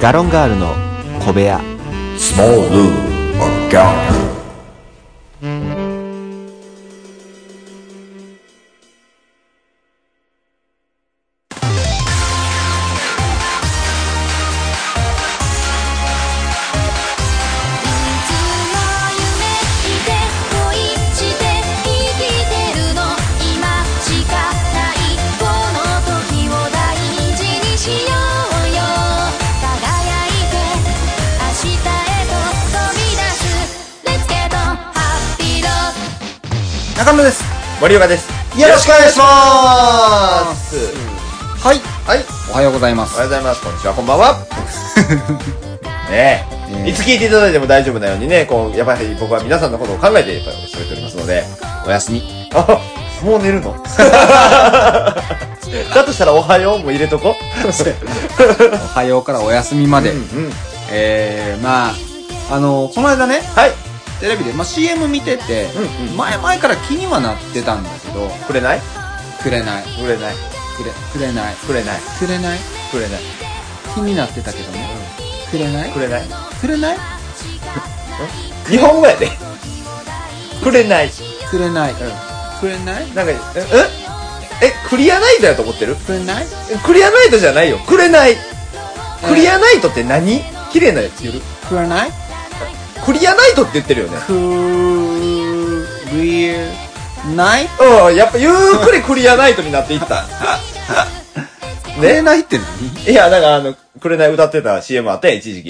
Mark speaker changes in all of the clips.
Speaker 1: ガロンガールの小部屋
Speaker 2: Small Lou or Gallo.
Speaker 3: いつも夢見て恋して生きてるの今しかないこの時を大事にしようよ輝いて明日へと飛び出す Let's get on happy road
Speaker 4: 中村です
Speaker 5: 森岡です。
Speaker 4: よろしくお願いしますはい
Speaker 5: はい。
Speaker 4: おはようございま
Speaker 5: お
Speaker 4: す
Speaker 5: はようございます。こんにちは。こんばん は。ねえ、
Speaker 4: ねえ
Speaker 5: いつ聞いていただいても大丈夫なようにね、こう、やっぱり僕は皆さんのことを考えてやっぱり喋っておりますので。
Speaker 4: おやすみ
Speaker 5: あ、もう寝るの だとしたらおはようも入れとこ。
Speaker 4: おはようからおやすみまで、
Speaker 5: うんうん。
Speaker 4: えー、まああのこの間ね
Speaker 5: はい。
Speaker 4: テレビで、まあ、CM 見てて、
Speaker 5: うんうん
Speaker 4: 前々から気にはなってたんだけど
Speaker 5: くれない
Speaker 4: くれない
Speaker 5: くれない。
Speaker 4: くれくれない
Speaker 5: くれない。
Speaker 4: くれない
Speaker 5: くれない。
Speaker 4: 気になってたけどねくれない
Speaker 5: くれない。
Speaker 4: くれない
Speaker 5: 日本語やで。くれない。
Speaker 4: くれないくれない
Speaker 5: なんか、え、ええ、クリアナイトやと思ってる
Speaker 4: くれない
Speaker 5: クリアナイトじゃないよ。くれない。クリアナイトって何綺麗なやつ言う
Speaker 4: くれない
Speaker 5: クリアナイトって言ってるよね。
Speaker 4: くりない
Speaker 5: うん、やっぱゆっくりクリアナイトになってい った。
Speaker 4: くれ
Speaker 5: ね
Speaker 4: ないって何
Speaker 5: いや、なんかあの、くれない歌ってた CM あったやん、一時期。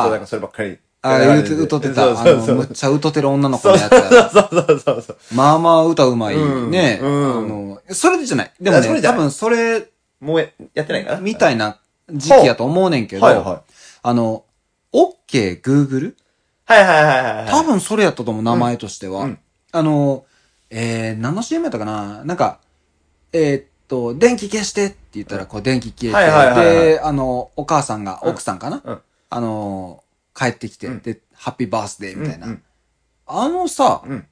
Speaker 5: ずー
Speaker 4: ー
Speaker 5: っとなんかそればっかり。
Speaker 4: あ
Speaker 5: れ
Speaker 4: れ、歌歌ってた。あ
Speaker 5: そうそ
Speaker 4: の、
Speaker 5: うそ
Speaker 4: むっ
Speaker 5: う。
Speaker 4: ちゃ歌ってる女の子
Speaker 5: そ
Speaker 4: の
Speaker 5: う
Speaker 4: やつや。
Speaker 5: そうそうそうそう。
Speaker 4: まあまあ歌うまい。
Speaker 5: うん
Speaker 4: ね、
Speaker 5: うん
Speaker 4: あの、それじゃない。でも
Speaker 5: あそれ
Speaker 4: ね、
Speaker 5: じゃ
Speaker 4: 多
Speaker 5: ない
Speaker 4: 分それ、
Speaker 5: もうえやってないかな
Speaker 4: みたいな時期やと思うねんけど、
Speaker 5: はいは
Speaker 4: あの、OK Google?
Speaker 5: い。はいはいはいはいはい。
Speaker 4: 多分それやったと思う、名前としては。
Speaker 5: うん
Speaker 4: あの、えー、何の CM やったかななんか、えーっと、電気消してって言ったら、こう電気消えて、
Speaker 5: はいはいはいはい
Speaker 4: で、あの、お母さんが、
Speaker 5: うん
Speaker 4: 奥さんかな、
Speaker 5: うん
Speaker 4: あの、帰ってきて、
Speaker 5: うん
Speaker 4: で、ハッピーバースデーみたいな。
Speaker 5: うんうん
Speaker 4: あのさ、
Speaker 5: うん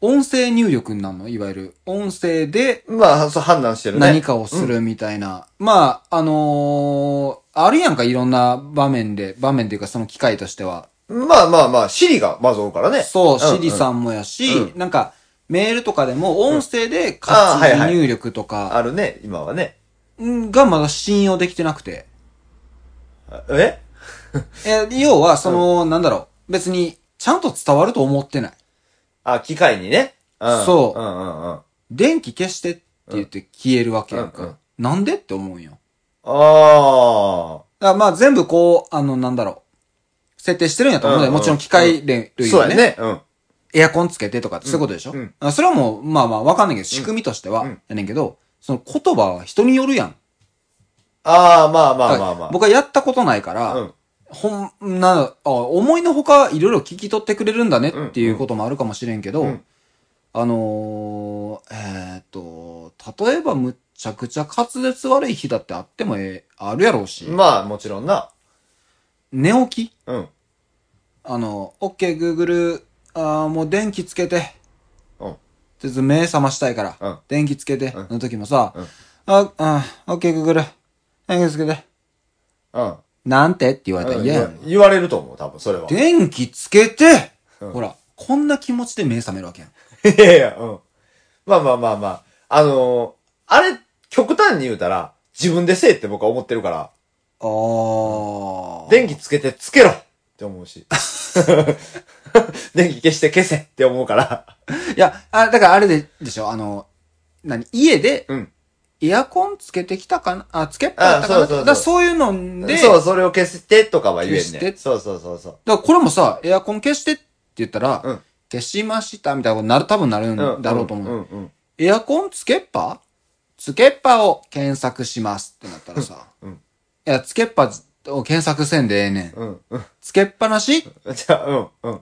Speaker 4: 音声入力になるのいわゆる。音声で
Speaker 5: まあ、そう判断してるね。
Speaker 4: 何かをするみたいな。まあ、あのーあるやんか、いろんな場面で、場面というかその機会としては。
Speaker 5: うん。まあまあまあ、シリがまず多いからね。
Speaker 4: そう、
Speaker 5: ん
Speaker 4: シリさんもやし、
Speaker 5: う
Speaker 4: なんか、メールとかでも音声で
Speaker 5: あーはい
Speaker 4: 活
Speaker 5: は
Speaker 4: 字
Speaker 5: い
Speaker 4: 入力とか、
Speaker 5: あるね、今はね。
Speaker 4: んがまだ信用できてなくて。
Speaker 5: え
Speaker 4: え、要は、その、なんだろう、別に、ちゃんと伝わると思ってない。
Speaker 5: あ、機械にね。ん
Speaker 4: そう
Speaker 5: うんうんうん。
Speaker 4: 電気消してって言って消えるわけやん
Speaker 5: うんうん
Speaker 4: か。なんでって思うんよ。
Speaker 5: あ
Speaker 4: だからまあ全部こう、あの、なんだろう、設定してるんやと思う
Speaker 5: う
Speaker 4: ね。
Speaker 5: んうん
Speaker 4: もちろん機械類
Speaker 5: あ。
Speaker 4: 類
Speaker 5: そう
Speaker 4: は
Speaker 5: や
Speaker 4: ね
Speaker 5: ね。うん。
Speaker 4: エアコンつけてとかってそういうことでしょ、
Speaker 5: うんうん
Speaker 4: あそれはもう、まあまあわかんないけど、仕組みとして
Speaker 5: う
Speaker 4: は
Speaker 5: ん、
Speaker 4: やねんけど、その言葉は人によるやん。
Speaker 5: ああ、まあまあまあまあ。
Speaker 4: 僕はやったことないから、
Speaker 5: うん
Speaker 4: ほん、な、あ思いのほかいろいろ聞き取ってくれるんだねっていうこともあるかもしれんけど、
Speaker 5: うん
Speaker 4: あのー、えーっと、例えばむっちゃくちゃ滑舌悪い日だってあってもええ、あるやろうし、
Speaker 5: まあ、もちろんな。
Speaker 4: 寝起き
Speaker 5: うん。
Speaker 4: あの、OK Google、あーもう電気つけて、
Speaker 5: うん。
Speaker 4: ちょっと目覚ましたいから、
Speaker 5: うん
Speaker 4: 電気つけて、
Speaker 5: うん
Speaker 4: の時もさ、
Speaker 5: うん
Speaker 4: あ、あ、OK Google、電気つけて、
Speaker 5: うん。
Speaker 4: なんてって言われたら嫌やん。
Speaker 5: 言われると思う、多分、それは。
Speaker 4: 電気つけて、
Speaker 5: うん
Speaker 4: ほら、こんな気持ちで目覚めるわけやん。
Speaker 5: いやいや、うん。まあまあまあまあ。あのー、あれ、極端に言うたら、自分でせえって僕は思ってるから、
Speaker 4: あー。
Speaker 5: 電気つけてつけろって思うし。 電気消して消せって思うから。
Speaker 4: いや、あ、だからあれで、でしょ、あの、何家で、
Speaker 5: うん
Speaker 4: エアコンつけてきたかなあ、つけっぱやったか
Speaker 5: あ
Speaker 4: な
Speaker 5: そうそうそう
Speaker 4: だからそういうので、
Speaker 5: そう、それを消してとかは言えん
Speaker 4: 消し
Speaker 5: ね。
Speaker 4: て
Speaker 5: そうそうそうそう。
Speaker 4: だからこれもさ、エアコン消してって言ったら、
Speaker 5: うん
Speaker 4: 消しましたみたいなことになる、多分なるん
Speaker 5: うん。
Speaker 4: だろうと思う。
Speaker 5: うんうん。
Speaker 4: エアコンつけっぱつけっぱを検索しますってなったらさ、
Speaker 5: うんうん
Speaker 4: いや、つけっぱを検索せんでええねん。
Speaker 5: うんうん。
Speaker 4: つけっぱなし
Speaker 5: じゃあ、うんうん。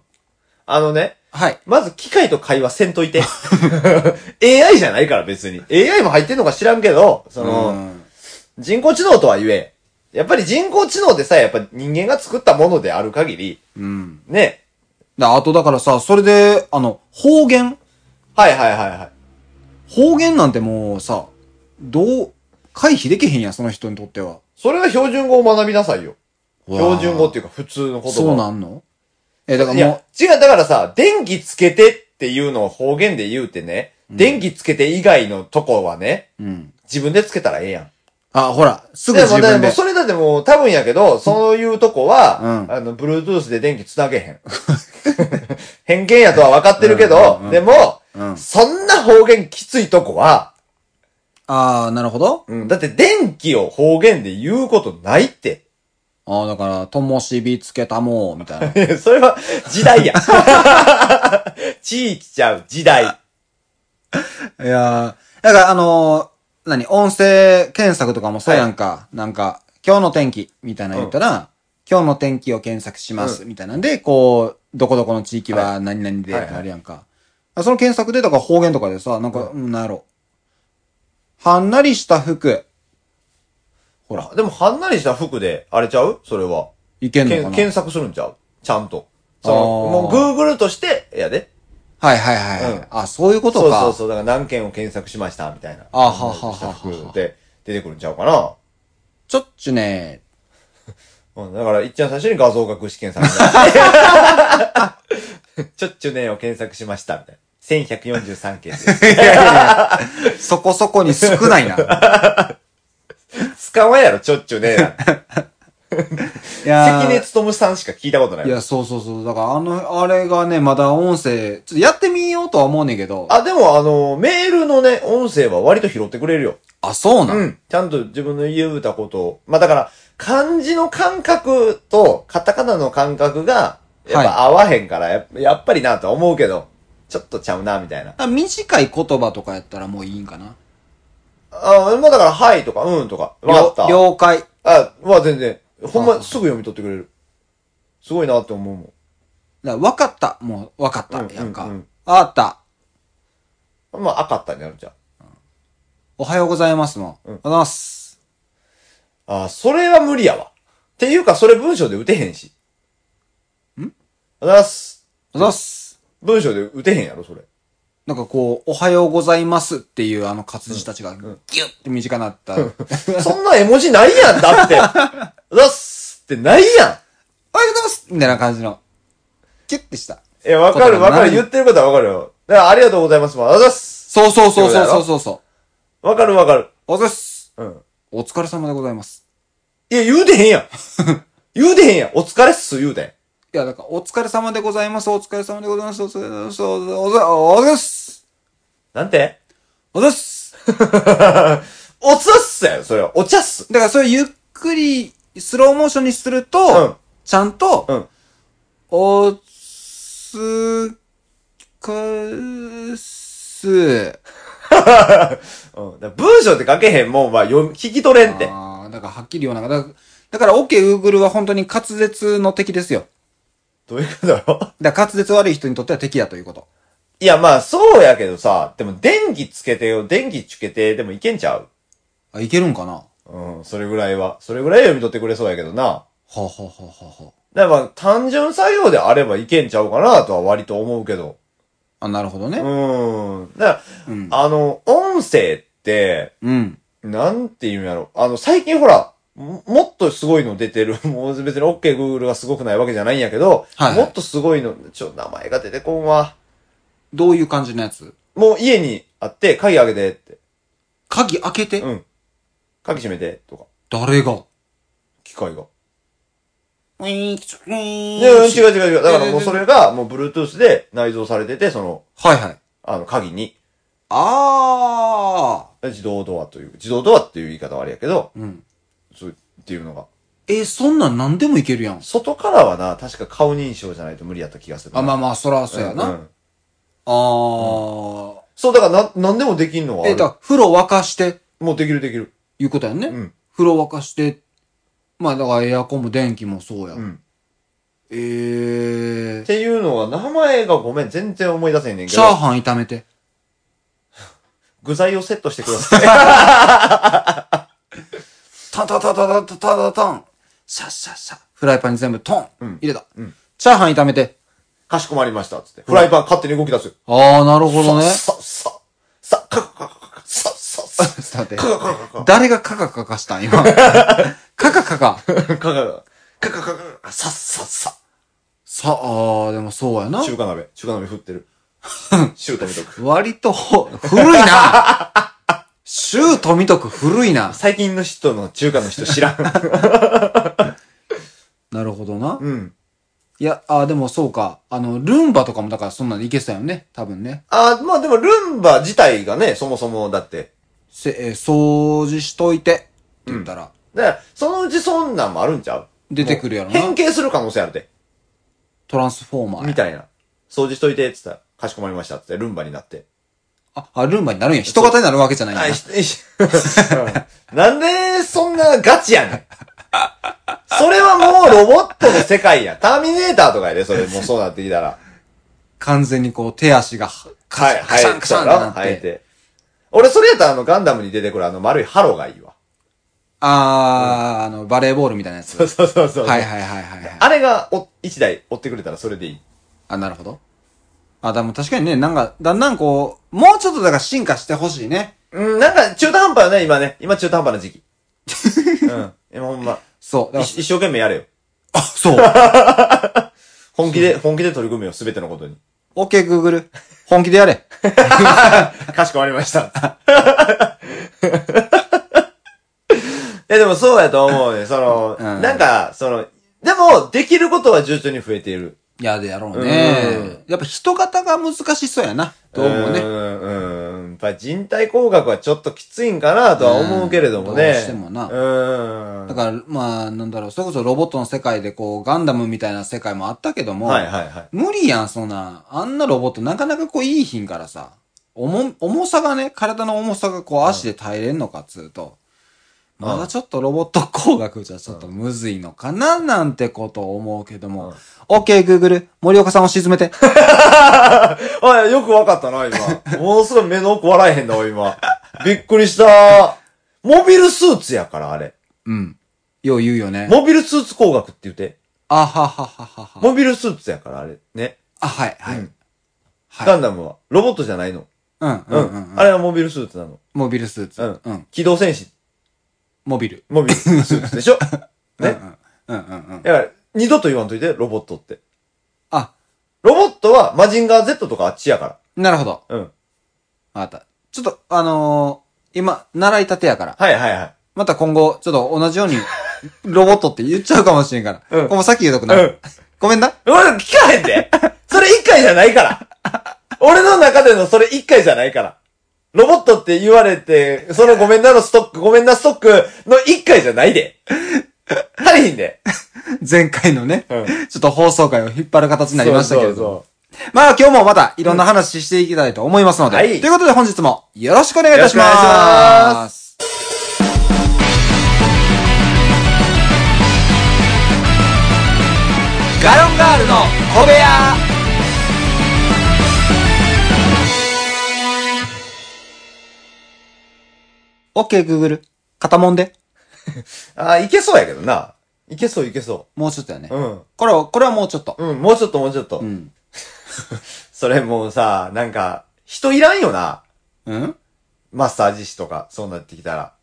Speaker 5: あのね、
Speaker 4: はい。
Speaker 5: まず機械と会話せんといて。AI じゃないから別に。AI も入ってんのか知らんけど、その、
Speaker 4: ん
Speaker 5: 人工知能とは言え、やっぱり人工知能でさえ、やっぱ人間が作ったものである限り、
Speaker 4: うん。
Speaker 5: ね。
Speaker 4: であとだからさ、それで、あの、方言
Speaker 5: はいはいはいはい。
Speaker 4: 方言なんてもうさ、どう、回避できへんやん、その人にとっては。
Speaker 5: それは標準語を学びなさいよ。標準語っていうか普通の言葉。
Speaker 4: そうなんのえ、だか
Speaker 5: い
Speaker 4: らも
Speaker 5: や、違う、だからさ、電気つけてっていうのを方言で言うてね、電気つけて以外のとこはね、
Speaker 4: う、うん。
Speaker 5: 自分でつけたらええやん。
Speaker 4: あ、ほら、すぐ
Speaker 5: でも
Speaker 4: 自
Speaker 5: ね、
Speaker 4: 分
Speaker 5: もう
Speaker 4: で。
Speaker 5: それだってもう多分やけど、そういうとこは、
Speaker 4: うん
Speaker 5: あの、Bluetooth で電気つなげへん。偏見やとは分かってるけど、
Speaker 4: うんうんうん
Speaker 5: でも、
Speaker 4: うん
Speaker 5: そんな方言きついとこは、
Speaker 4: ああ、なるほど。
Speaker 5: うん、だって電気を方言で言うことないって。
Speaker 4: ああ、だから、ともしびつけたもう、みたいな。
Speaker 5: それは時代 や。地域ちゃう、時代。
Speaker 4: いやー、だからあのー何、音声検索とかもそうやんか。なんか、今日の天気みたいなの言ったら、今日の天気を検索します、みたいなんで、こう、どこどこの地域は何々で
Speaker 5: はい
Speaker 4: っ
Speaker 5: はい
Speaker 4: てあるやんか。その検索で、だから方言とかでさ、なんか、うん、なんやろ。はんなりした服。ほら、
Speaker 5: でも、はんなりした服で、あれちゃうそれは。
Speaker 4: いけんの
Speaker 5: けん
Speaker 4: かな
Speaker 5: 検索するんちゃうちゃんと。その、
Speaker 4: あー
Speaker 5: もう Google として、やで。
Speaker 4: はいはいはいはい、
Speaker 5: うん
Speaker 4: あ、そういうこと
Speaker 5: そう
Speaker 4: か。
Speaker 5: そうそう。だから何件を検索しました、みたいな。
Speaker 4: あはははは
Speaker 5: した服で出てくるんちゃうかな。
Speaker 4: ちょっちゅね、
Speaker 5: うん、だから、いっちゃん最初に画像学試験さんが。 ちょっちゅねを検索しました、みたいな。1143件で
Speaker 4: そこそこに少ない な。
Speaker 5: す。捕まえやろ、ちょっちゅねなんて。
Speaker 4: いやー
Speaker 5: 関根勤さんしか聞いたことないい。
Speaker 4: や、そうそうそう。だから、あの、あれがね、まだ音声、ちょっとやってみようとは思うねんけど。あ、
Speaker 5: あ、でも、あの、メールのね、音声は割と拾ってくれるよ。
Speaker 4: そうなん、
Speaker 5: うん。ちゃんと自分の言うたことを。まあだから、漢字の感覚とカタカナの感覚が、やっ
Speaker 4: はい
Speaker 5: ぱ合わへんから、やっぱやっぱりなとは思うけど、ちょっとちゃうな、みたいな。
Speaker 4: あ短い言葉とかやったらもういいんかな。
Speaker 5: あもうだから、はいとか、うんとか、わかった。
Speaker 4: 了了解。
Speaker 5: あ、まあ全然。ほん
Speaker 4: あ
Speaker 5: ま、すぐ読み取ってくれる。すごいなって思うもん。
Speaker 4: だから分かった。もう、分かった。
Speaker 5: うん
Speaker 4: やんか。
Speaker 5: うんうん
Speaker 4: あった。
Speaker 5: まあ、赤ったになるじゃん。
Speaker 4: おはようございますもん。おはようございます。
Speaker 5: あ、それは無理やわ。っていうか、それ文章で打てへんし。んあざっす。
Speaker 4: おはようございます。
Speaker 5: 文章で打てへんやろ、それ。
Speaker 4: なんかこう、おはようございますっていうあの活字たちがギュッて短くなった。 おはようござい
Speaker 5: そんな絵文字ないやん、だ って。あざっすってないやん。
Speaker 4: ますみたいな感じの。キュッてした。
Speaker 5: いや、わかるわか
Speaker 4: ことがな
Speaker 5: る。
Speaker 4: い
Speaker 5: 言ってることはわかるよ。だから、ありがとうございますもん。あざっす。
Speaker 4: そうそうそうそうそうそうそう。
Speaker 5: わかるわかる。
Speaker 4: おざっす。
Speaker 5: うん。
Speaker 4: お疲れ様でございます。
Speaker 5: いや、言うてへんや ん。言うてへんやん。お疲れっす、言うてん。
Speaker 4: いや、だから、お疲れ様でございます、お疲れ様でございます、お疲れ様でございます、お疲れ様です、
Speaker 5: なんて
Speaker 4: お疲れ様です。
Speaker 5: おつっすやん、それは。お茶っす。
Speaker 4: だから、それゆっくり、スローモーションにすると、
Speaker 5: うん
Speaker 4: ちゃんと、
Speaker 5: うん
Speaker 4: おつかす。
Speaker 5: うん。だから文章って書けへんもんは読み、聞き取れんて。
Speaker 4: あーだから、はっきり言わなかった。だから、OK Google は本当に滑舌の敵ですよ。
Speaker 5: どういうことだろ
Speaker 4: だから、滑舌悪い人にとっては敵だということ。
Speaker 5: いや、まあ、そうやけどさ、でも、電気つけてよ、電気つけて、でもいけんちゃう
Speaker 4: あ、いけるんかなは
Speaker 5: うん、それぐらいは。それぐらい読み取ってくれそうやけどな。
Speaker 4: あ、はあはあはあは
Speaker 5: だからまあ、単純作業であればいけんちゃうかなとは割と思うけど。
Speaker 4: あ、あ、なるほど
Speaker 5: う
Speaker 4: ね。
Speaker 5: ーん。だから、
Speaker 4: うん
Speaker 5: あの、音声って、
Speaker 4: うん。
Speaker 5: なんていうんやろ。あの、最近ほら、ももっとすごいの出てる。 もう別に OK Google がすごくないわけじゃないんやけど、
Speaker 4: はいはい
Speaker 5: もっとすごいの、ちょ、名前が出てこんわ。
Speaker 4: どういう感じのやつ
Speaker 5: もう家にあって、鍵開けてって。
Speaker 4: 鍵開けて、
Speaker 5: うん。鍵閉めて、とか。
Speaker 4: 誰が
Speaker 5: 機械が。
Speaker 4: ウィーン、チュウィーン
Speaker 5: いや、違う違う違う。だからもうそれが、もう Bluetooth で内蔵されてて、その、
Speaker 4: はいはい。
Speaker 5: あの、鍵に。
Speaker 4: あ
Speaker 5: 自動ドアという、自動ドアっていう言い方はあれやけど、
Speaker 4: ー。うん。
Speaker 5: そうっていうのが。
Speaker 4: え、そんなん何でもいけるやん。
Speaker 5: 外からはな、確か顔認証じゃないと無理やった気がするな。
Speaker 4: あ、まあまあ、そら
Speaker 5: う
Speaker 4: そ
Speaker 5: ん
Speaker 4: うやな。
Speaker 5: うん
Speaker 4: あー。
Speaker 5: そう、だからな、なんでもできんのはあ
Speaker 4: え、
Speaker 5: る
Speaker 4: だから風呂沸かして、
Speaker 5: もうできるできる。
Speaker 4: いうことやんね。
Speaker 5: うん
Speaker 4: 風呂沸かして、まあだからエアコンも電気もそうや。
Speaker 5: うん。
Speaker 4: え
Speaker 5: っ
Speaker 4: ー。
Speaker 5: ていうのが、名前がごめん、全然思い出せへんねんけ
Speaker 4: チャー
Speaker 5: ど、
Speaker 4: ハン炒めて。
Speaker 5: 具材をセットしてください。
Speaker 4: タンタンタンタンタンタンタンタン。シャッシャッシャッ。フライパンに全部トン。
Speaker 5: うん
Speaker 4: 入れた、
Speaker 5: うん
Speaker 4: チャーハン炒めて。
Speaker 5: かしこまりました、つって。フライパン勝手に動き出すよ。
Speaker 4: あー、なるほどね。
Speaker 5: さ、さ、さ、カカカカカ、さ、さ、さ、
Speaker 4: ちょっと待って
Speaker 5: カカカカカ、
Speaker 4: 誰がカカカカしたん今。カカ
Speaker 5: カ
Speaker 4: カカ。
Speaker 5: カカカ、カカさっさっさ。
Speaker 4: さ、ああ、でもそうやな。
Speaker 5: 中華鍋。中華鍋振ってる。シュート見とく。
Speaker 4: 割と、ほ古いなシュート見とく古いな。
Speaker 5: 最近の人の中華の人知らん。
Speaker 4: なるほどな。
Speaker 5: うん。
Speaker 4: いや、あーでもそうか。あの、ルンバとかもだからそんなんでいけてたよね。多分ね。
Speaker 5: あーまあでもルンバ自体がね、そもそもだって。
Speaker 4: せ、えー掃除しといて。って言ったら、
Speaker 5: だから、そのうちそんなんもあるんちゃう
Speaker 4: 出てくるやろな
Speaker 5: もう変形する可能性あるで。
Speaker 4: トランスフォーマーや
Speaker 5: みたいな。掃除しといて、つったら、かしこまりました、つって、ルンバになって。
Speaker 4: あ、あ、ルンバになるんや。人型になるわけじゃないんや
Speaker 5: あ
Speaker 4: な。
Speaker 5: いしいしうん なんで、そんなガチやねん。それはもうロボットの世界や。ターミネーターとかやで、それもうそうなってきたら。
Speaker 4: 完全にこう、手足が、カ
Speaker 5: はい、
Speaker 4: シャンカシャンカシャンってなっ
Speaker 5: 生え
Speaker 4: て。
Speaker 5: て。俺、それやったらあの、ガンダムに出てくるあの、丸いハロがいいわ。
Speaker 4: あー、あの、バレーボールみたいなやつ。
Speaker 5: そうそうそうそう。
Speaker 4: はいはいはいはいはい。
Speaker 5: あれが、お、一台追ってくれたらそれでいい。
Speaker 4: あ、なるほど。あ、でも確かにね、なんか、だんだんこう、もうちょっとだから進化してほしいね。
Speaker 5: うん、なんか、中途半端よね、今ね。今、中途半端な時期。うん。今、ほんま。
Speaker 4: そう。だか
Speaker 5: 一一生懸命やれよ。
Speaker 4: らあ、 そう。
Speaker 5: 本気で、本気で取り組むよ、すべてのことに。
Speaker 4: オッケーグーグル。本気でやれ。
Speaker 5: かしこまりました。 え、でもそうやと思うね。その、
Speaker 4: うん
Speaker 5: なんか、その、でも、できることは徐々に増えている。
Speaker 4: いや、でやろうね
Speaker 5: う。
Speaker 4: やっぱ人型が難しそうやな。と思う
Speaker 5: う
Speaker 4: ね。
Speaker 5: ん、うん。やっぱ人体工学はちょっときついんかなとは思うけれどもね。
Speaker 4: うんどうしてもな
Speaker 5: うん。
Speaker 4: だから、まあ、なんだろう、それこそロボットの世界でこう、ガンダムみたいな世界もあったけども、
Speaker 5: はいはいはい。
Speaker 4: 無理やん、そんなん。あんなロボットなかなかこう、いい品からさ、重、重さがね、体の重さがこう、足で耐えれんのかっつうと、
Speaker 5: うん
Speaker 4: まだちょっとロボット工学じゃちょっとむずいのかな、なんてこと思うけども、OK、Google、森岡さんを沈めて。
Speaker 5: あ、よくわかったな、 今。ものすごい目の奥笑えへんだわ、今。びっくりした。モビルスーツやから、あれ。
Speaker 4: うん。よう言うよね。
Speaker 5: モビルスーツ工学って言って。
Speaker 4: あははははは。
Speaker 5: モビルスーツやから、あれ。ね。
Speaker 4: あ、はい、は
Speaker 5: う
Speaker 4: い。
Speaker 5: ん
Speaker 4: はい
Speaker 5: ガンダムは。ロボットじゃないの。
Speaker 4: うん、う、
Speaker 5: うんん。
Speaker 4: うん。
Speaker 5: あれはモビルスーツなの。
Speaker 4: モビルスーツ。
Speaker 5: うん
Speaker 4: うん。
Speaker 5: 機動戦士。
Speaker 4: モビル。
Speaker 5: モビルスーツでしょね。だか
Speaker 4: うん、うん、うん。
Speaker 5: ら、二度と言わんといて、ロボットって。
Speaker 4: あ、
Speaker 5: ロボットはマジンガー Z とかあっちやか
Speaker 4: なるほど。
Speaker 5: ら。うん。
Speaker 4: わかった。ちょっと、あのー、今、習いたてやから。
Speaker 5: はいはいはい。
Speaker 4: また今後、ちょっと同じよう に、ロボットって言っちゃうかもしれんから。
Speaker 5: うん
Speaker 4: ここもさっき言うとくな。
Speaker 5: うん
Speaker 4: ごめんな。
Speaker 5: 俺、聞かへんでそれ一回じゃないから俺の中でのそれ一回じゃないからロボットって言われて、そのごめんなのストック、ごめんなストックの一回じゃないで。足りひんで。
Speaker 4: 前回のね、
Speaker 5: うん
Speaker 4: ちょっと放送回を引っ張る形になりましたけれども。
Speaker 5: そうそうそう
Speaker 4: まあ今日もまたいろんな話していきたいと思いますので。
Speaker 5: はい
Speaker 4: ということで本日もよろしくお願いいたします。
Speaker 5: よろしくお願いしま
Speaker 4: ガロンガールの小部屋オッケー、グーグル。片もんで。
Speaker 5: あーいけそうやけどな。いけそういけそ
Speaker 4: もうちょっとやね。
Speaker 5: う。うん。
Speaker 4: これは、これはもうちょっと。
Speaker 5: うん、もうちょっともうちょっと。
Speaker 4: うん。
Speaker 5: それもうさ、なんか、人いらんよな。
Speaker 4: うん
Speaker 5: マッサージ師とか、そうなってきたら。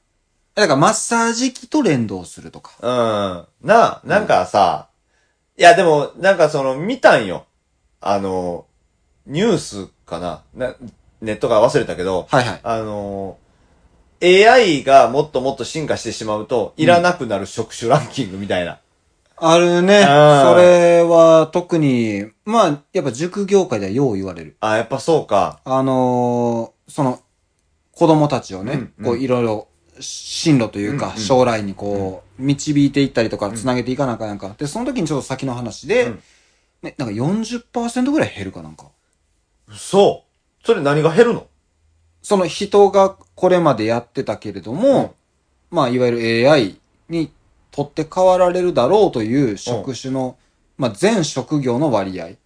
Speaker 4: だからマッサージ機と連動するとか。
Speaker 5: うん。な、なんかさ、いやでも、なんかその、見たんよ。あの、ニュースかななネットが忘れたけど、
Speaker 4: はいはい。
Speaker 5: あの、AI がもっともっと進化してしまうと、いらなくなる職種ランキングみたいな。
Speaker 4: あるね。
Speaker 5: あー
Speaker 4: それは特に、まあ、やっぱ塾業界ではよう言われる。
Speaker 5: あ、やっぱそうか。
Speaker 4: あのーその、子供たちをね、
Speaker 5: うんうん
Speaker 4: こういろいろ進路というか、
Speaker 5: うんうん
Speaker 4: 将来にこう、導いていったりとか、繋げていかなあかんやんか。で、その時にちょっと先の話で、
Speaker 5: うん
Speaker 4: ね、なんか40%ぐらい減るかなんか。
Speaker 5: そう。それ何が減るの
Speaker 4: その人がこれまでやってたけれども、まあ、いわゆる AI に取って代わられるだろうという職種の、まあ、全職業の割合
Speaker 5: へ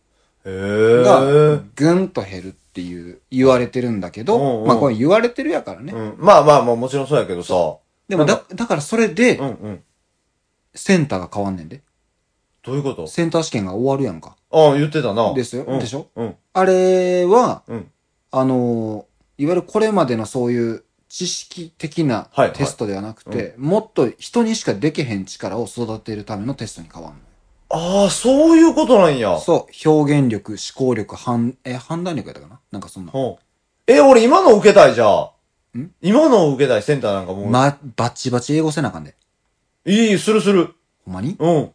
Speaker 4: が
Speaker 5: ー。、
Speaker 4: ぐんと減るっていう、言われてるんだけ
Speaker 5: うん
Speaker 4: ど、
Speaker 5: うん
Speaker 4: まあ、これ言われてるやからね。
Speaker 5: うん。まあまあまあ、もちろんそうやけどさ。
Speaker 4: でも
Speaker 5: な
Speaker 4: だ、だからそれで
Speaker 5: う、んうん。
Speaker 4: センターが変わんねんで。
Speaker 5: どういうこと
Speaker 4: センター試験が終わるやんか。
Speaker 5: ああ、言ってたな。
Speaker 4: ですよ
Speaker 5: うん
Speaker 4: でしょ
Speaker 5: うん。
Speaker 4: あれは、
Speaker 5: うん。
Speaker 4: あのーいわゆるこれまでのそういう知識的な
Speaker 5: はいはい
Speaker 4: テストではなくて、もっと人にしかできへん力を育てるためのテストに変わんのよ。
Speaker 5: ああ、そういうことなんや。
Speaker 4: そう、表現力、思考力、判、え、判断力やったかななんかそんな。
Speaker 5: うん。え、俺今の受けたいじゃあ。今の受けたいセンターなんかもう。
Speaker 4: ま、バッチバチ英語せなあかんで。
Speaker 5: いい、するする。
Speaker 4: ほんまに
Speaker 5: うん。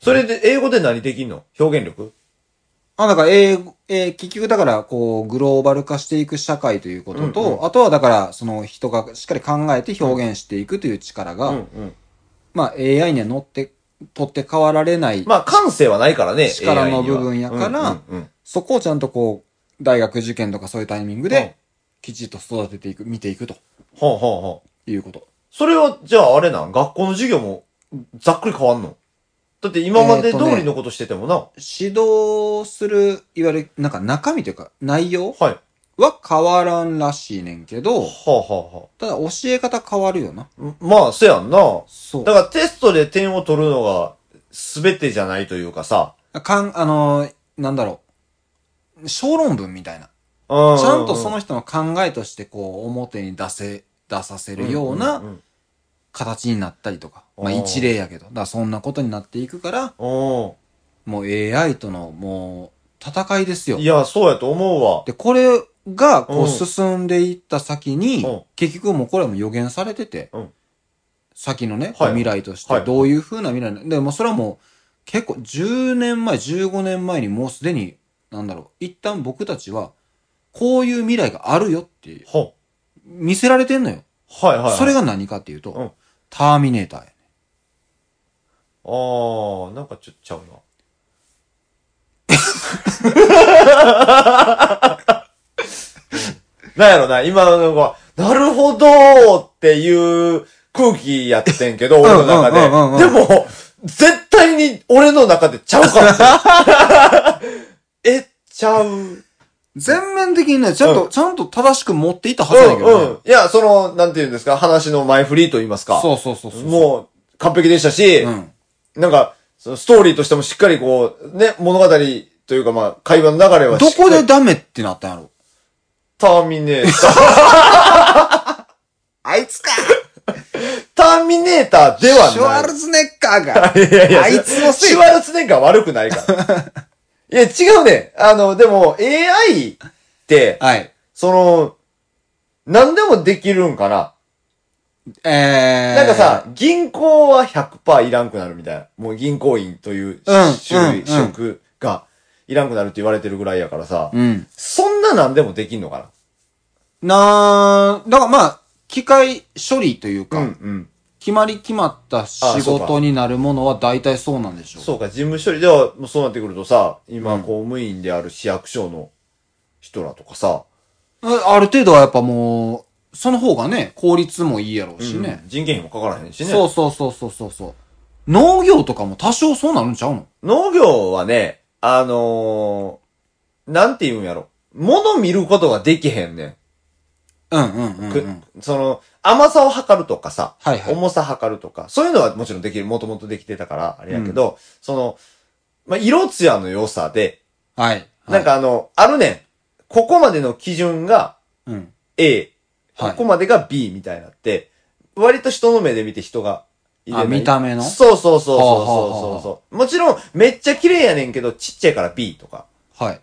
Speaker 5: それで、英語で何できんの表現力
Speaker 4: あ、だから、英語、えー結局だから、こう、グローバル化していく社会ということと、
Speaker 5: うん
Speaker 4: あとはだから、その人がしっかり考えて表現していくという力が、
Speaker 5: ん。
Speaker 4: まあ AI には乗って、取って代わられない、
Speaker 5: まあ、感性はないからね。
Speaker 4: 力の
Speaker 5: AI には
Speaker 4: 部分やから
Speaker 5: うんうんうん
Speaker 4: そこをちゃんとこう、大学受験とかそういうタイミング
Speaker 5: うん
Speaker 4: で、きちっと育てていく、見ていくと
Speaker 5: ほうほうほう。
Speaker 4: いうこと。
Speaker 5: それは、じゃああれなん学校の授業も、ざっくり変わんのだって今まで通りのことしててもな。
Speaker 4: 指導する、いわゆる、なんか中身というか、内容
Speaker 5: はい。は
Speaker 4: は変わらんらしいねんけど、
Speaker 5: あ、はあは
Speaker 4: ただ教え方変わるよな。
Speaker 5: あん、まあ、せやんな。
Speaker 4: そう。
Speaker 5: だからテストで点を取るのが全てじゃないというかさ。
Speaker 4: かん、あのーなんだろう。小論文みたいな。
Speaker 5: ちゃ
Speaker 4: ちゃんとその人の考えとしてこう、表に出せ、出させるような形になったりとか。ま
Speaker 5: お
Speaker 4: あ
Speaker 5: ー
Speaker 4: 一例やけど。だからそんなことになっていくから、
Speaker 5: お
Speaker 4: もう AI とのもう、戦いですよ
Speaker 5: い。や、そうやと思うわ。
Speaker 4: で、これがこ
Speaker 5: うん
Speaker 4: う進んでいった先に
Speaker 5: うん、
Speaker 4: 結局もうこれはもう予言されてて
Speaker 5: うん、
Speaker 4: 先のね、
Speaker 5: はい
Speaker 4: 未来とし
Speaker 5: は
Speaker 4: て
Speaker 5: い
Speaker 4: どういう風な未来なでもそれはもう結構10年前、15年前にもうすでに、なんだろう、一旦僕たちはこういう未来があるよっていう
Speaker 5: ほ
Speaker 4: 見せられてんのよ。
Speaker 5: はいはいはい。
Speaker 4: それ
Speaker 5: が。
Speaker 4: が何かっていうと、
Speaker 5: うん
Speaker 4: ターミネーターやね。
Speaker 5: あー、なんかちょっとちゃうな。なんやろな、今のは、なるほどーっていう空気やってんけど、俺の中で。
Speaker 4: うんうんうんうん
Speaker 5: でも、絶対に俺の中でちゃうから。え、ちゃう。
Speaker 4: 全面的にね、ちゃんと、
Speaker 5: う
Speaker 4: ちゃんと正しく持っていったはずだけどね。
Speaker 5: うんうん。いや、その、なんていうんですか、話の前振りと言いますか。
Speaker 4: そうそうそうそう。
Speaker 5: もう、完璧でしたし、
Speaker 4: うん。
Speaker 5: なんか、そのストーリーとしてもしっかりこう、ね、物語というかまあ、会話の流れはし
Speaker 4: ど
Speaker 5: っかり
Speaker 4: こでダメってなったんやろ
Speaker 5: ターミネー ター。
Speaker 4: あいつか
Speaker 5: ターミネーターではない。。
Speaker 4: シュワルツェネッカーが
Speaker 5: いやいや、
Speaker 4: あいつのせい
Speaker 5: シュワルツェネッガー悪くないから。 いや、違うね。あの、でも、AI って、
Speaker 4: はい。
Speaker 5: その、何でもできるんかな。
Speaker 4: えー。
Speaker 5: なんかさ、、銀行は100%いらんくなるみたいな。もう銀行員という
Speaker 4: うん
Speaker 5: 種類、
Speaker 4: うん
Speaker 5: 職がいらんくなるって言われてるぐらいやからさ、
Speaker 4: うん。
Speaker 5: そんななんでもできんのか
Speaker 4: なー、だからまあ、機械処理という
Speaker 5: な
Speaker 4: か、
Speaker 5: うんうん。
Speaker 4: 決まり決まった
Speaker 5: あ
Speaker 4: 仕
Speaker 5: そうか
Speaker 4: 事になるものは大体そうなんでしょう。
Speaker 5: そうか、事務処理では、もうそうなってくるとさ、今公務員である市役所の人らとかさ、
Speaker 4: ある程度はやっぱもう、その方がね、効率もいいやろうしね。
Speaker 5: うん人件費もかからへんしね。
Speaker 4: そうそうそうそうそうそう。農業とかも多少そうなるんちゃうの
Speaker 5: 農業はね、あのー、なんて言うんやろ。物見ることができへんね
Speaker 4: うんうんうん、
Speaker 5: ん。
Speaker 4: う
Speaker 5: く
Speaker 4: ん。
Speaker 5: その、甘さを測るとかさ、
Speaker 4: はいはい。
Speaker 5: 重さ測るとか、そういうのはもちろんできる、もともとできてたから、あれやけど、その、まあ、色艶の良さで、
Speaker 4: はい。はい
Speaker 5: なん、かあの、あるねん。ここまでの基準が
Speaker 4: うん。
Speaker 5: A、
Speaker 4: はい
Speaker 5: ここまでが B みたいになって、割と人の目で見て人が入れない
Speaker 4: あ見た目の
Speaker 5: そうそうそうそう
Speaker 4: はあはあ
Speaker 5: そ
Speaker 4: は
Speaker 5: う
Speaker 4: あ
Speaker 5: そう。もちろん、めっちゃ綺麗やねんけど、ちっちゃいから B とか。
Speaker 4: はい。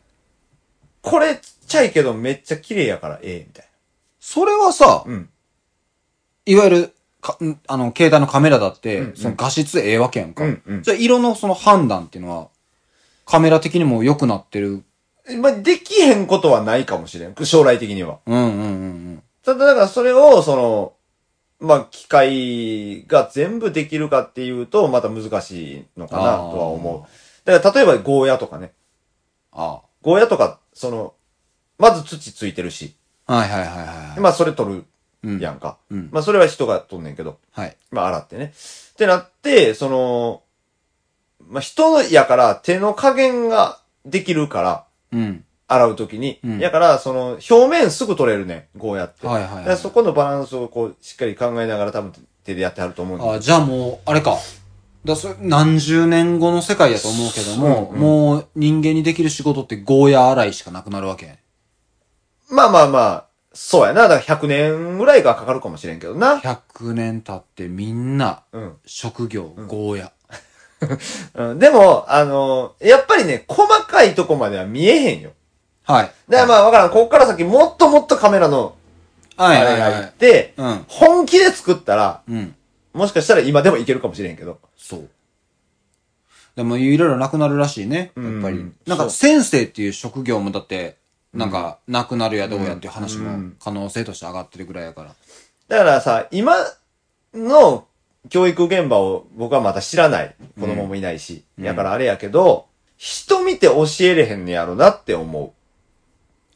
Speaker 5: これ、ちっちゃいけどめっちゃ綺麗やから A みたい
Speaker 4: それはさ、
Speaker 5: な。うん。
Speaker 4: いわゆる、か、んあの、携帯のカメラだって、
Speaker 5: うんうん
Speaker 4: その画質ええわけやんか。
Speaker 5: うんうん
Speaker 4: じゃあ、色のその判断っていうのは、カメラ的にも良くなってる。
Speaker 5: まあ、できへんことはないかもしれん。将来的には。
Speaker 4: うんうんうん
Speaker 5: ただ、だからそれを、その、まあ、機械が全部できるかっていうと、また難しいのかなとは思う。だから、例えばゴーヤとかね。
Speaker 4: あ
Speaker 5: ゴーヤとか、その、まず土ついてるし、
Speaker 4: あ。はいはいはいはい。
Speaker 5: まあ、それ取
Speaker 4: うん
Speaker 5: るやんか。
Speaker 4: うん
Speaker 5: まあ、それは人が取んねんけど、
Speaker 4: はい。
Speaker 5: まあ、洗ってね。ってなって、その、まあ、人やから手の加減ができるから、
Speaker 4: うん。
Speaker 5: 洗うときに。
Speaker 4: うん
Speaker 5: やから、その、表面すぐ取れるねん、ゴーヤって。
Speaker 4: はいはいはい
Speaker 5: だからそこのバランスをこう、しっかり考えながら多分手でやってはると思うんだけど
Speaker 4: あじゃあもう、あれか。だそれ何十年後の世界やと思うけども、
Speaker 5: そううん
Speaker 4: もう人間にできる仕事ってゴーヤ洗いしかなくなるわけやん。
Speaker 5: まあまあまあ、そうやな。だから100年ぐらいがかかるかもしれんけどな。
Speaker 4: 100年経ってみんな、
Speaker 5: うん。
Speaker 4: 職業、ゴーヤ。
Speaker 5: うん、でも、あのやっぱりね、細かいとこまでは見えへんよ。
Speaker 4: はい。
Speaker 5: だからまあわからん。こっから先もっともっとカメラの、あ
Speaker 4: は
Speaker 5: れ
Speaker 4: いはい
Speaker 5: が
Speaker 4: はい
Speaker 5: い。て、
Speaker 4: うん
Speaker 5: 本気で作ったら、
Speaker 4: うん。
Speaker 5: もしかしたら今でもいけるかもしれんけど。
Speaker 4: そう。でもいろいろなくなるらしいね。やっぱ
Speaker 5: う
Speaker 4: り
Speaker 5: ん。
Speaker 4: なん
Speaker 5: そう
Speaker 4: か先生っていう職業もだって、なんかなくなるやどうやっていう話
Speaker 5: う
Speaker 4: も
Speaker 5: ん
Speaker 4: 可能性として上がってるぐらいやから。
Speaker 5: だからさ、今の教育現場を僕はまた知らない。子供もいないし。
Speaker 4: うん
Speaker 5: だからあれやけど、人見て教えれへんねやろなって思う。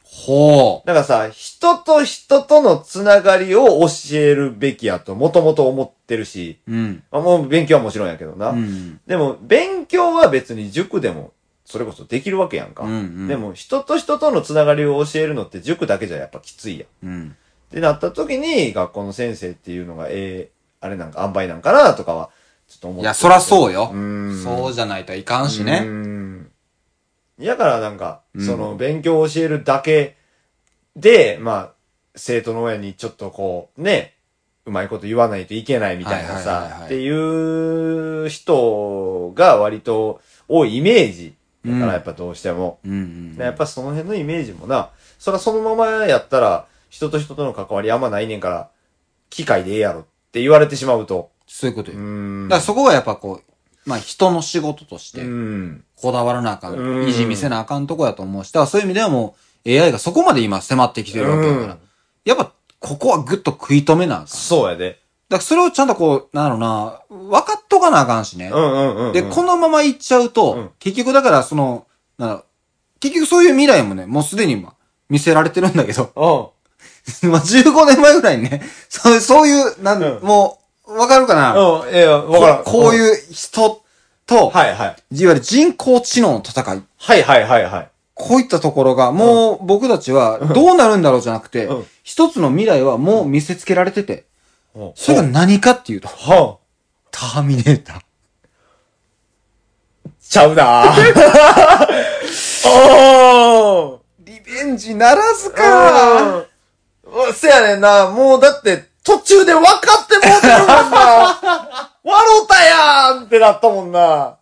Speaker 4: ほ
Speaker 5: だからさ、人と人とのつながりを教えるべきやと、もともと思ってるし、
Speaker 4: う。うん。
Speaker 5: まあもう勉強はもちろんやけどな。
Speaker 4: うん。
Speaker 5: でも、勉強は別に塾でも、それこそできるわけやんか。
Speaker 4: うんうん
Speaker 5: でも、人と人とのつながりを教えるのって塾だけじゃやっぱきついやん。っ
Speaker 4: うん。
Speaker 5: てなった時に、学校の先生っていうのが、ええあれなんか、塩梅なんかなとかは、ちょっと思って
Speaker 4: いや、そらそうよ
Speaker 5: う。ん。
Speaker 4: そうじゃないといかんし
Speaker 5: う
Speaker 4: ね。
Speaker 5: ん。やからなんか、
Speaker 4: うん
Speaker 5: その、勉強を教えるだけで、まあ、生徒の親にちょっとこう、ね、うまいこと言わないといけないみたいな
Speaker 4: はいはいはい
Speaker 5: さ
Speaker 4: は、い
Speaker 5: っていう人が割と多いイメージ。だからやっぱどうしても。
Speaker 4: うんうん。
Speaker 5: ねやっぱその辺のイメージもな、そらそのままやったら、人と人との関わりあんまないねんから、機械でええやろって言われてしまうと。
Speaker 4: そういうこと
Speaker 5: う
Speaker 4: よ。だ
Speaker 5: ん。
Speaker 4: からそこがやっぱこう、まあ人の仕事とし
Speaker 5: う
Speaker 4: て、
Speaker 5: ん。
Speaker 4: こだわらなあか。
Speaker 5: うんん
Speaker 4: 意地見せなあかんとこやと思うし、だからそういう意味ではもう AI がそこまで今迫ってきてるわけだか
Speaker 5: う
Speaker 4: ら
Speaker 5: ん。
Speaker 4: やっぱ、ここはぐっと食い止めなあかん。だか
Speaker 5: そうやで。
Speaker 4: らそれをちゃんとこう、なんだろうな、分かっとかなあかんしね
Speaker 5: う。んうんうんうん。
Speaker 4: で、このまま行っちゃう
Speaker 5: う
Speaker 4: と
Speaker 5: ん、
Speaker 4: 結局だからその、なんだろう結局そういう未来もね、もうすでに今、見せられてるんだけど、
Speaker 5: うん。
Speaker 4: まあ、15年前ぐらいにね、 そうそういう、なん、
Speaker 5: うん
Speaker 4: もう、わかるかな、
Speaker 5: うん、いや、わからん。
Speaker 4: ここう
Speaker 5: うん。
Speaker 4: いう人と、
Speaker 5: はいはい。
Speaker 4: いわゆる人工知能の戦い。
Speaker 5: はいはいはいはい。
Speaker 4: こういったところが、もう僕たちはどうなるんだろうじゃなくて、
Speaker 5: うん
Speaker 4: 一つの未来はもう見せつけられてて、それが
Speaker 5: は
Speaker 4: 何かっていうと、
Speaker 5: は
Speaker 4: ターミネーター。
Speaker 5: ちゃう なぁ。お
Speaker 4: リベンジならず
Speaker 5: ーうん。せやねんな。もうだって、途中で分かってもうてるもん な。笑うたやんってなったもんな。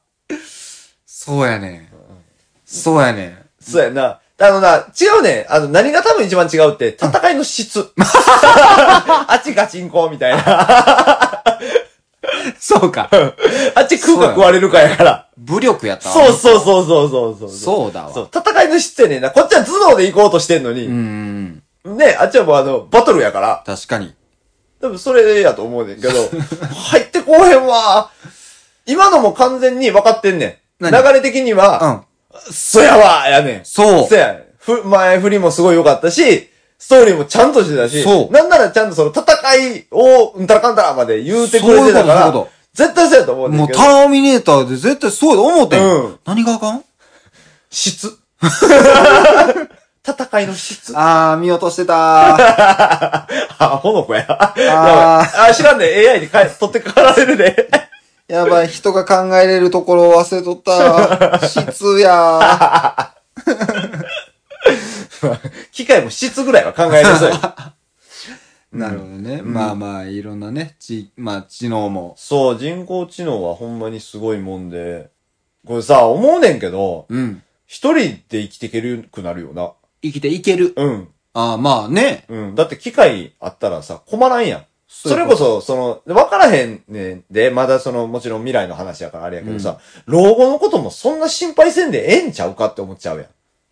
Speaker 4: そうやね。そうやね。
Speaker 5: そうやな。あのな、違うね。あの、何が多分一番違うって、戦いの 質。あっちガチンコみたいな。
Speaker 4: そうか。
Speaker 5: あっち食うか食われるかやから。
Speaker 4: 武力やったわ
Speaker 5: そうそうそうそうそうそう。
Speaker 4: そうだわ。
Speaker 5: そう、戦いの質やねんな。こっちは頭脳で行こうとしてんの
Speaker 4: う
Speaker 5: に、
Speaker 4: ん。
Speaker 5: ね、あっちはもうあの、バトルやから、
Speaker 4: 確かに。
Speaker 5: 多分それやと思うねん けど、入ってこうへんわ。今のも完全に分かってんねん。流
Speaker 4: 何
Speaker 5: れ的に
Speaker 4: う
Speaker 5: は、
Speaker 4: ん。
Speaker 5: そやわやねん。
Speaker 4: そう
Speaker 5: そ。やねん。ふ、前振りもすごい良かったし、ストーリーもちゃんとしてたし、
Speaker 4: そう
Speaker 5: なんならちゃんとその戦いを、うんたらかんたらまで言うてくれてたか
Speaker 4: そういうことそういう
Speaker 5: ら
Speaker 4: こと、
Speaker 5: 絶対そうやと思うね
Speaker 4: も
Speaker 5: ん
Speaker 4: う
Speaker 5: け
Speaker 4: タ
Speaker 5: ど、
Speaker 4: ーミネーターで絶対そうだ思うてん。
Speaker 5: うん
Speaker 4: 何があかん
Speaker 5: 質。戦いの質。
Speaker 4: あー、見落として た
Speaker 5: あ、ほの子や。
Speaker 4: あ
Speaker 5: ああ、知らんね。AI に返す、取って代わられる で。
Speaker 4: ー。やばい、人が考えれるところを忘れと った。質や
Speaker 5: 機械も質ぐらいは考えなさい。
Speaker 4: ー。 なるほどね。まあまあ、いろんなね、知、まあ、知能も。
Speaker 5: そう、人工知能はほんまにすごいもんで。これさ、思うねんけど、
Speaker 4: うん。
Speaker 5: 一人で生きていけるくなるよな。
Speaker 4: 生きていける。
Speaker 5: うん。
Speaker 4: あー、まあね。
Speaker 5: うん。だって機械あったらさ、困らんやん。
Speaker 4: そう
Speaker 5: そ
Speaker 4: い
Speaker 5: れ
Speaker 4: うこ
Speaker 5: ことそ、その、わからへんねんで、まだその、もちろん未来の話やからあれやけどさ、老後のこともそんな心配せんでええんちゃうかって思っちゃうやん。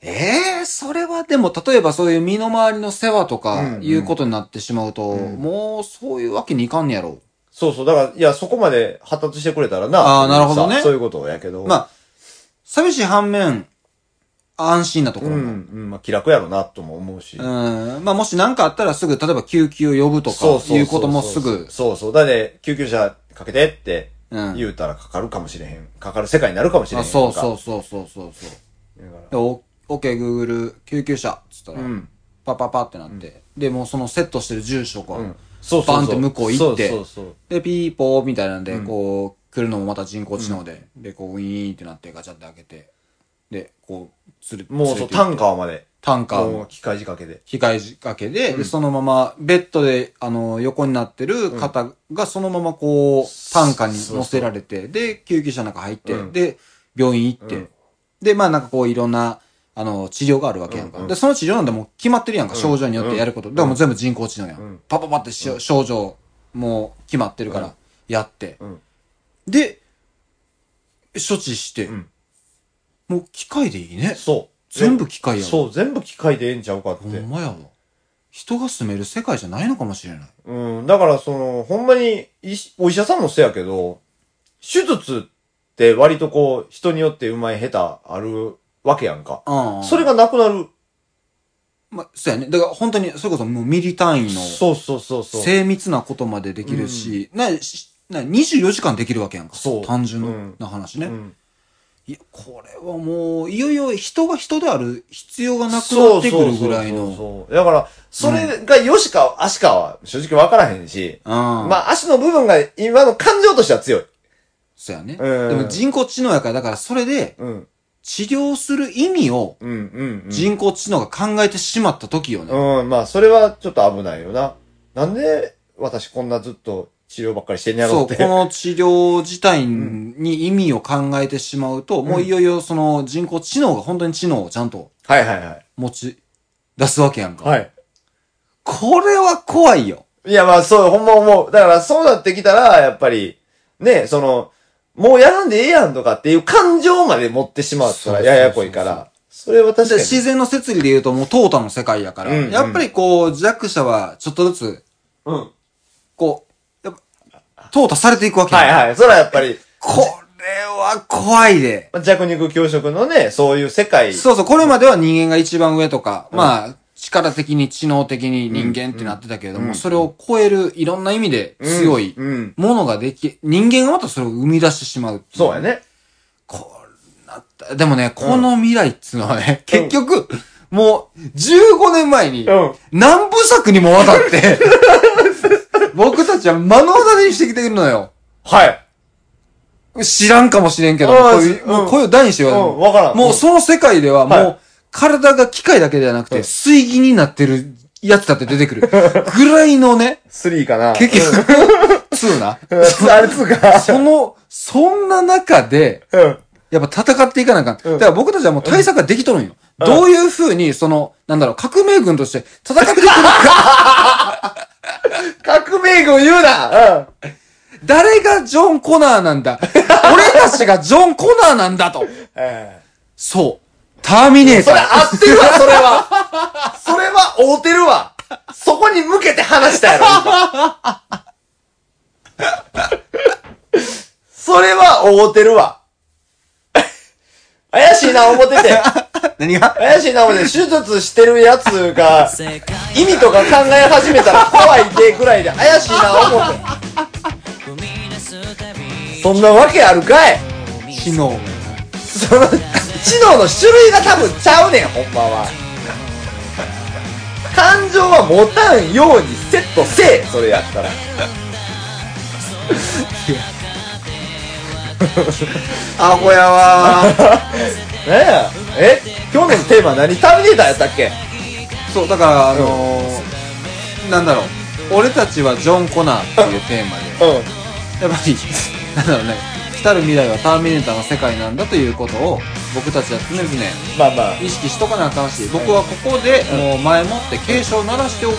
Speaker 4: ええー、それはでも、例えばそういう身の回りの世話と
Speaker 5: うん
Speaker 4: か
Speaker 5: う、ん
Speaker 4: いうことになってしまうと、もう、そういうわけにいかんねやろ。
Speaker 5: そうそう。だから、いや、そこまで発達してくれたらな。
Speaker 4: あーなるほどね
Speaker 5: さそういうことやけど。
Speaker 4: まあ、寂しい反面、安心なとこ
Speaker 5: う
Speaker 4: ろ
Speaker 5: ん
Speaker 4: も。、
Speaker 5: うん、まあ気楽やろなとも思うし。
Speaker 4: うん。まあ、もし何かあったらすぐ、例えば救急を呼ぶとか、いうこともすぐ、
Speaker 5: そうそう。だって、救急車かけてって
Speaker 4: うん
Speaker 5: 言うたらかかるかもしれへん。かかる世界になるかもしれへ
Speaker 4: あ
Speaker 5: ん。
Speaker 4: そうそうそうそうそうそ
Speaker 5: う。
Speaker 4: う。
Speaker 5: だから
Speaker 4: で、お、オッケー、グーグル、救急車、つったら、
Speaker 5: うん
Speaker 4: パパパってなって、で、もうそのセットしてる住所が、
Speaker 5: うんそうそうそう
Speaker 4: バンって向こう行って、
Speaker 5: そうそうそう
Speaker 4: で、ピーポーみたいなんで、こう、来るのもまた人工知能で、で、こう、ウィーンってなってガチャって開けて、で、こう、つる、
Speaker 5: もうそう、タンカーまで。
Speaker 4: タンカー
Speaker 5: もう
Speaker 4: を
Speaker 5: 機械仕掛けで。
Speaker 4: 被害仕掛けで、で、そのまま、ベッドで、あの、横になってる方が、そのままこう、担架に乗せられて、で、救急車の中入って、
Speaker 5: うん
Speaker 4: で、病院行って、
Speaker 5: うん
Speaker 4: で、まあなんかこう、いろんな、あの、治療があるわけやんか。
Speaker 5: うんうん
Speaker 4: で、その治療なんてもう決まってるやんか、
Speaker 5: うん
Speaker 4: 症状によってやること。だからもう全部人工知能やん。
Speaker 5: うん
Speaker 4: パパパってしょ、症状、もう決まってるか
Speaker 5: うん
Speaker 4: ら、やって、
Speaker 5: うん
Speaker 4: で、処置して、
Speaker 5: うん
Speaker 4: もう機械でいいね。
Speaker 5: そう。
Speaker 4: 全部機械やん
Speaker 5: そう、全部機械でええんちゃうかっ
Speaker 4: ほん
Speaker 5: て。
Speaker 4: まやわ。人が住める世界じゃないのかもしれない。
Speaker 5: うん。だから、その、ほんまに、医師お医者さんもせやけど、手術って割とこう、人によってうまい下手あるわけやんか。
Speaker 4: うん
Speaker 5: それがなくなる。
Speaker 4: まあ、そうやね。だから本当に、それこそもうミリ単位の
Speaker 5: そうそうそうそう。
Speaker 4: 精密なことまでできるし、な、しな、24時間できるわけやんか。
Speaker 5: そう
Speaker 4: 単純な,、
Speaker 5: うん
Speaker 4: 話ね、
Speaker 5: うん
Speaker 4: いや、これはもう、いよいよ人が人である必要がなくなってくるぐらいの。
Speaker 5: そうそうそうそうだから、それが良しか悪しかは正直わからへんし、
Speaker 4: うん。
Speaker 5: まあ足の部分が今の感情としては強い。
Speaker 4: そうやね、
Speaker 5: うん
Speaker 4: でも人工知能やから、だからそれで、
Speaker 5: うん。
Speaker 4: 治療する意味を
Speaker 5: うん、うん、うん。
Speaker 4: 人工知能が考えてしまった時よね。
Speaker 5: うん、まあそれはちょっと危ないよな。なんで私こんなずっと治療ばっかりしてんやろ
Speaker 4: そうう、
Speaker 5: って。
Speaker 4: この治療自体に意味を考えてしまうと、もういよいよその人工知能が本当に知能をちゃんと
Speaker 5: はいはいはい。
Speaker 4: 持ち出すわけやんか。
Speaker 5: はい。
Speaker 4: これは怖いよ。
Speaker 5: いやまあそう、ほんま思う。だからそうなってきたら、やっぱり、ね、その、もうやらんでええやんとかっていう感情まで持ってしまったらややこいから。それは確かに。
Speaker 4: 自然の摂理で言うともう淘汰の世界やから、
Speaker 5: うんうん
Speaker 4: やっぱりこう弱者はちょっとずつ、
Speaker 5: うん。は
Speaker 4: こう、やっぱ淘汰されていくわけやん
Speaker 5: いはい。それはやっぱり、
Speaker 4: これは怖いで。
Speaker 5: まあ弱肉強食のね、そういう世界。
Speaker 4: そうそう、これまでは人間が一番上とか、まあ、力的に知能的に人間ってなってたけれども、
Speaker 5: うん
Speaker 4: それを超えるいろんな意味で強い
Speaker 5: うん。うん
Speaker 4: ものができ、人間がまたそれを生み出してしまう。
Speaker 5: そうや。ね。
Speaker 4: こうなった。でもね、この未来っつうのはね、結局、もう、15年前に、
Speaker 5: うん
Speaker 4: 何部作にもわたって、 僕たちは目の当たりにしてきているのよ。
Speaker 5: はい。
Speaker 4: 知らんかもしれんけど、こ
Speaker 5: あー
Speaker 4: ういう、
Speaker 5: うん
Speaker 4: もう声を大にして言われて
Speaker 5: うん
Speaker 4: も
Speaker 5: わからん
Speaker 4: も
Speaker 5: うん
Speaker 4: うその世界では、も
Speaker 5: は
Speaker 4: う
Speaker 5: い、
Speaker 4: 体が機械だけではな
Speaker 5: う
Speaker 4: くて、
Speaker 5: ん
Speaker 4: 水銀になってるやつだって出てくる。ぐらいのね、
Speaker 5: 3かな。
Speaker 4: 結局、2な。
Speaker 5: うんあれつうか。
Speaker 4: その、そんな中で、
Speaker 5: うん。
Speaker 4: やっぱ戦っていかなあかん。
Speaker 5: うん
Speaker 4: だから僕たちはもう対策ができとるんよ。
Speaker 5: ん
Speaker 4: どういう風に、その、なんだろう、革命軍として戦っていくのか、
Speaker 5: 革命軍言うなうん。
Speaker 4: 誰がジョン・コナーなんだ俺たちがジョン・コナーなんだと。
Speaker 5: え
Speaker 4: そう。ターミネ
Speaker 5: え
Speaker 4: ー
Speaker 5: それ
Speaker 4: タ
Speaker 5: 合ってるわ、それ は。それは合うてるわ。そこに向けて話したやろ、今。 それは合うてるわ。怪しいな、思ってて。
Speaker 4: ー。何が
Speaker 5: 怪しいな、思ってて手術してるやつが、意味とか考え始めたら怖いでぐらいで怪しいな、思って。そんなわけあるかい
Speaker 4: 昨日。
Speaker 5: その、知能の種類が多分ちゃうねん、ほんまは。感情は持たんようにセットせえ、それやった ら。
Speaker 4: アホやわ
Speaker 5: ねえ。え今日のテーマ何ターミネーターやったっけ
Speaker 4: そう、だから、あのーなんだろう。俺たちはジョン・コナーっていうテーマで、
Speaker 5: う
Speaker 4: やっぱり、なんだろうね、来たる未来はターミネーターの世界なんだということを、僕たちは常々、
Speaker 5: ん。まあまあ。
Speaker 4: 意識しとかなあかんし僕はここでもう前もって警鐘を鳴らしておく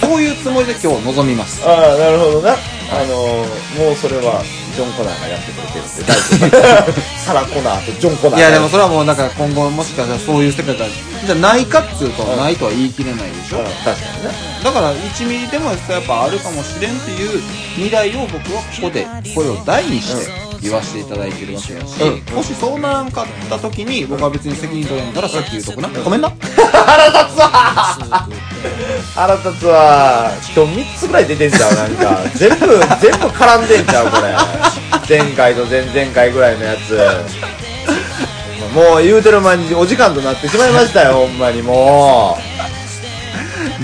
Speaker 4: そういうつもりで今日臨みます
Speaker 5: ああ、なるほどな。あのー、もうそれは、ジョン・コナーがやってくれてるんで、大丈 夫。サラ・コナーとジョン・コナーが
Speaker 4: いやでもそれはもうだから今後もしかしたらそういう世界がじゃないかっつうと
Speaker 5: ん
Speaker 4: ないとは言い切れないでし
Speaker 5: う
Speaker 4: ょ
Speaker 5: ん、確かにね。
Speaker 4: だから1ミリでもやっぱあるかもしれんっていう未来を僕はここで声を大にして言わせていただいてるわけやし、
Speaker 5: う
Speaker 4: もしそうならんかった時に僕は別に責任取れんからさっき言うとこな、ごめんな
Speaker 5: 腹立つわ今日3つぐらい出てんじゃうなん か全部全部絡んでんちゃうこれ前回と前々回ぐらいのやつもう言うてる間にお時間となってしまいましたよほんまにも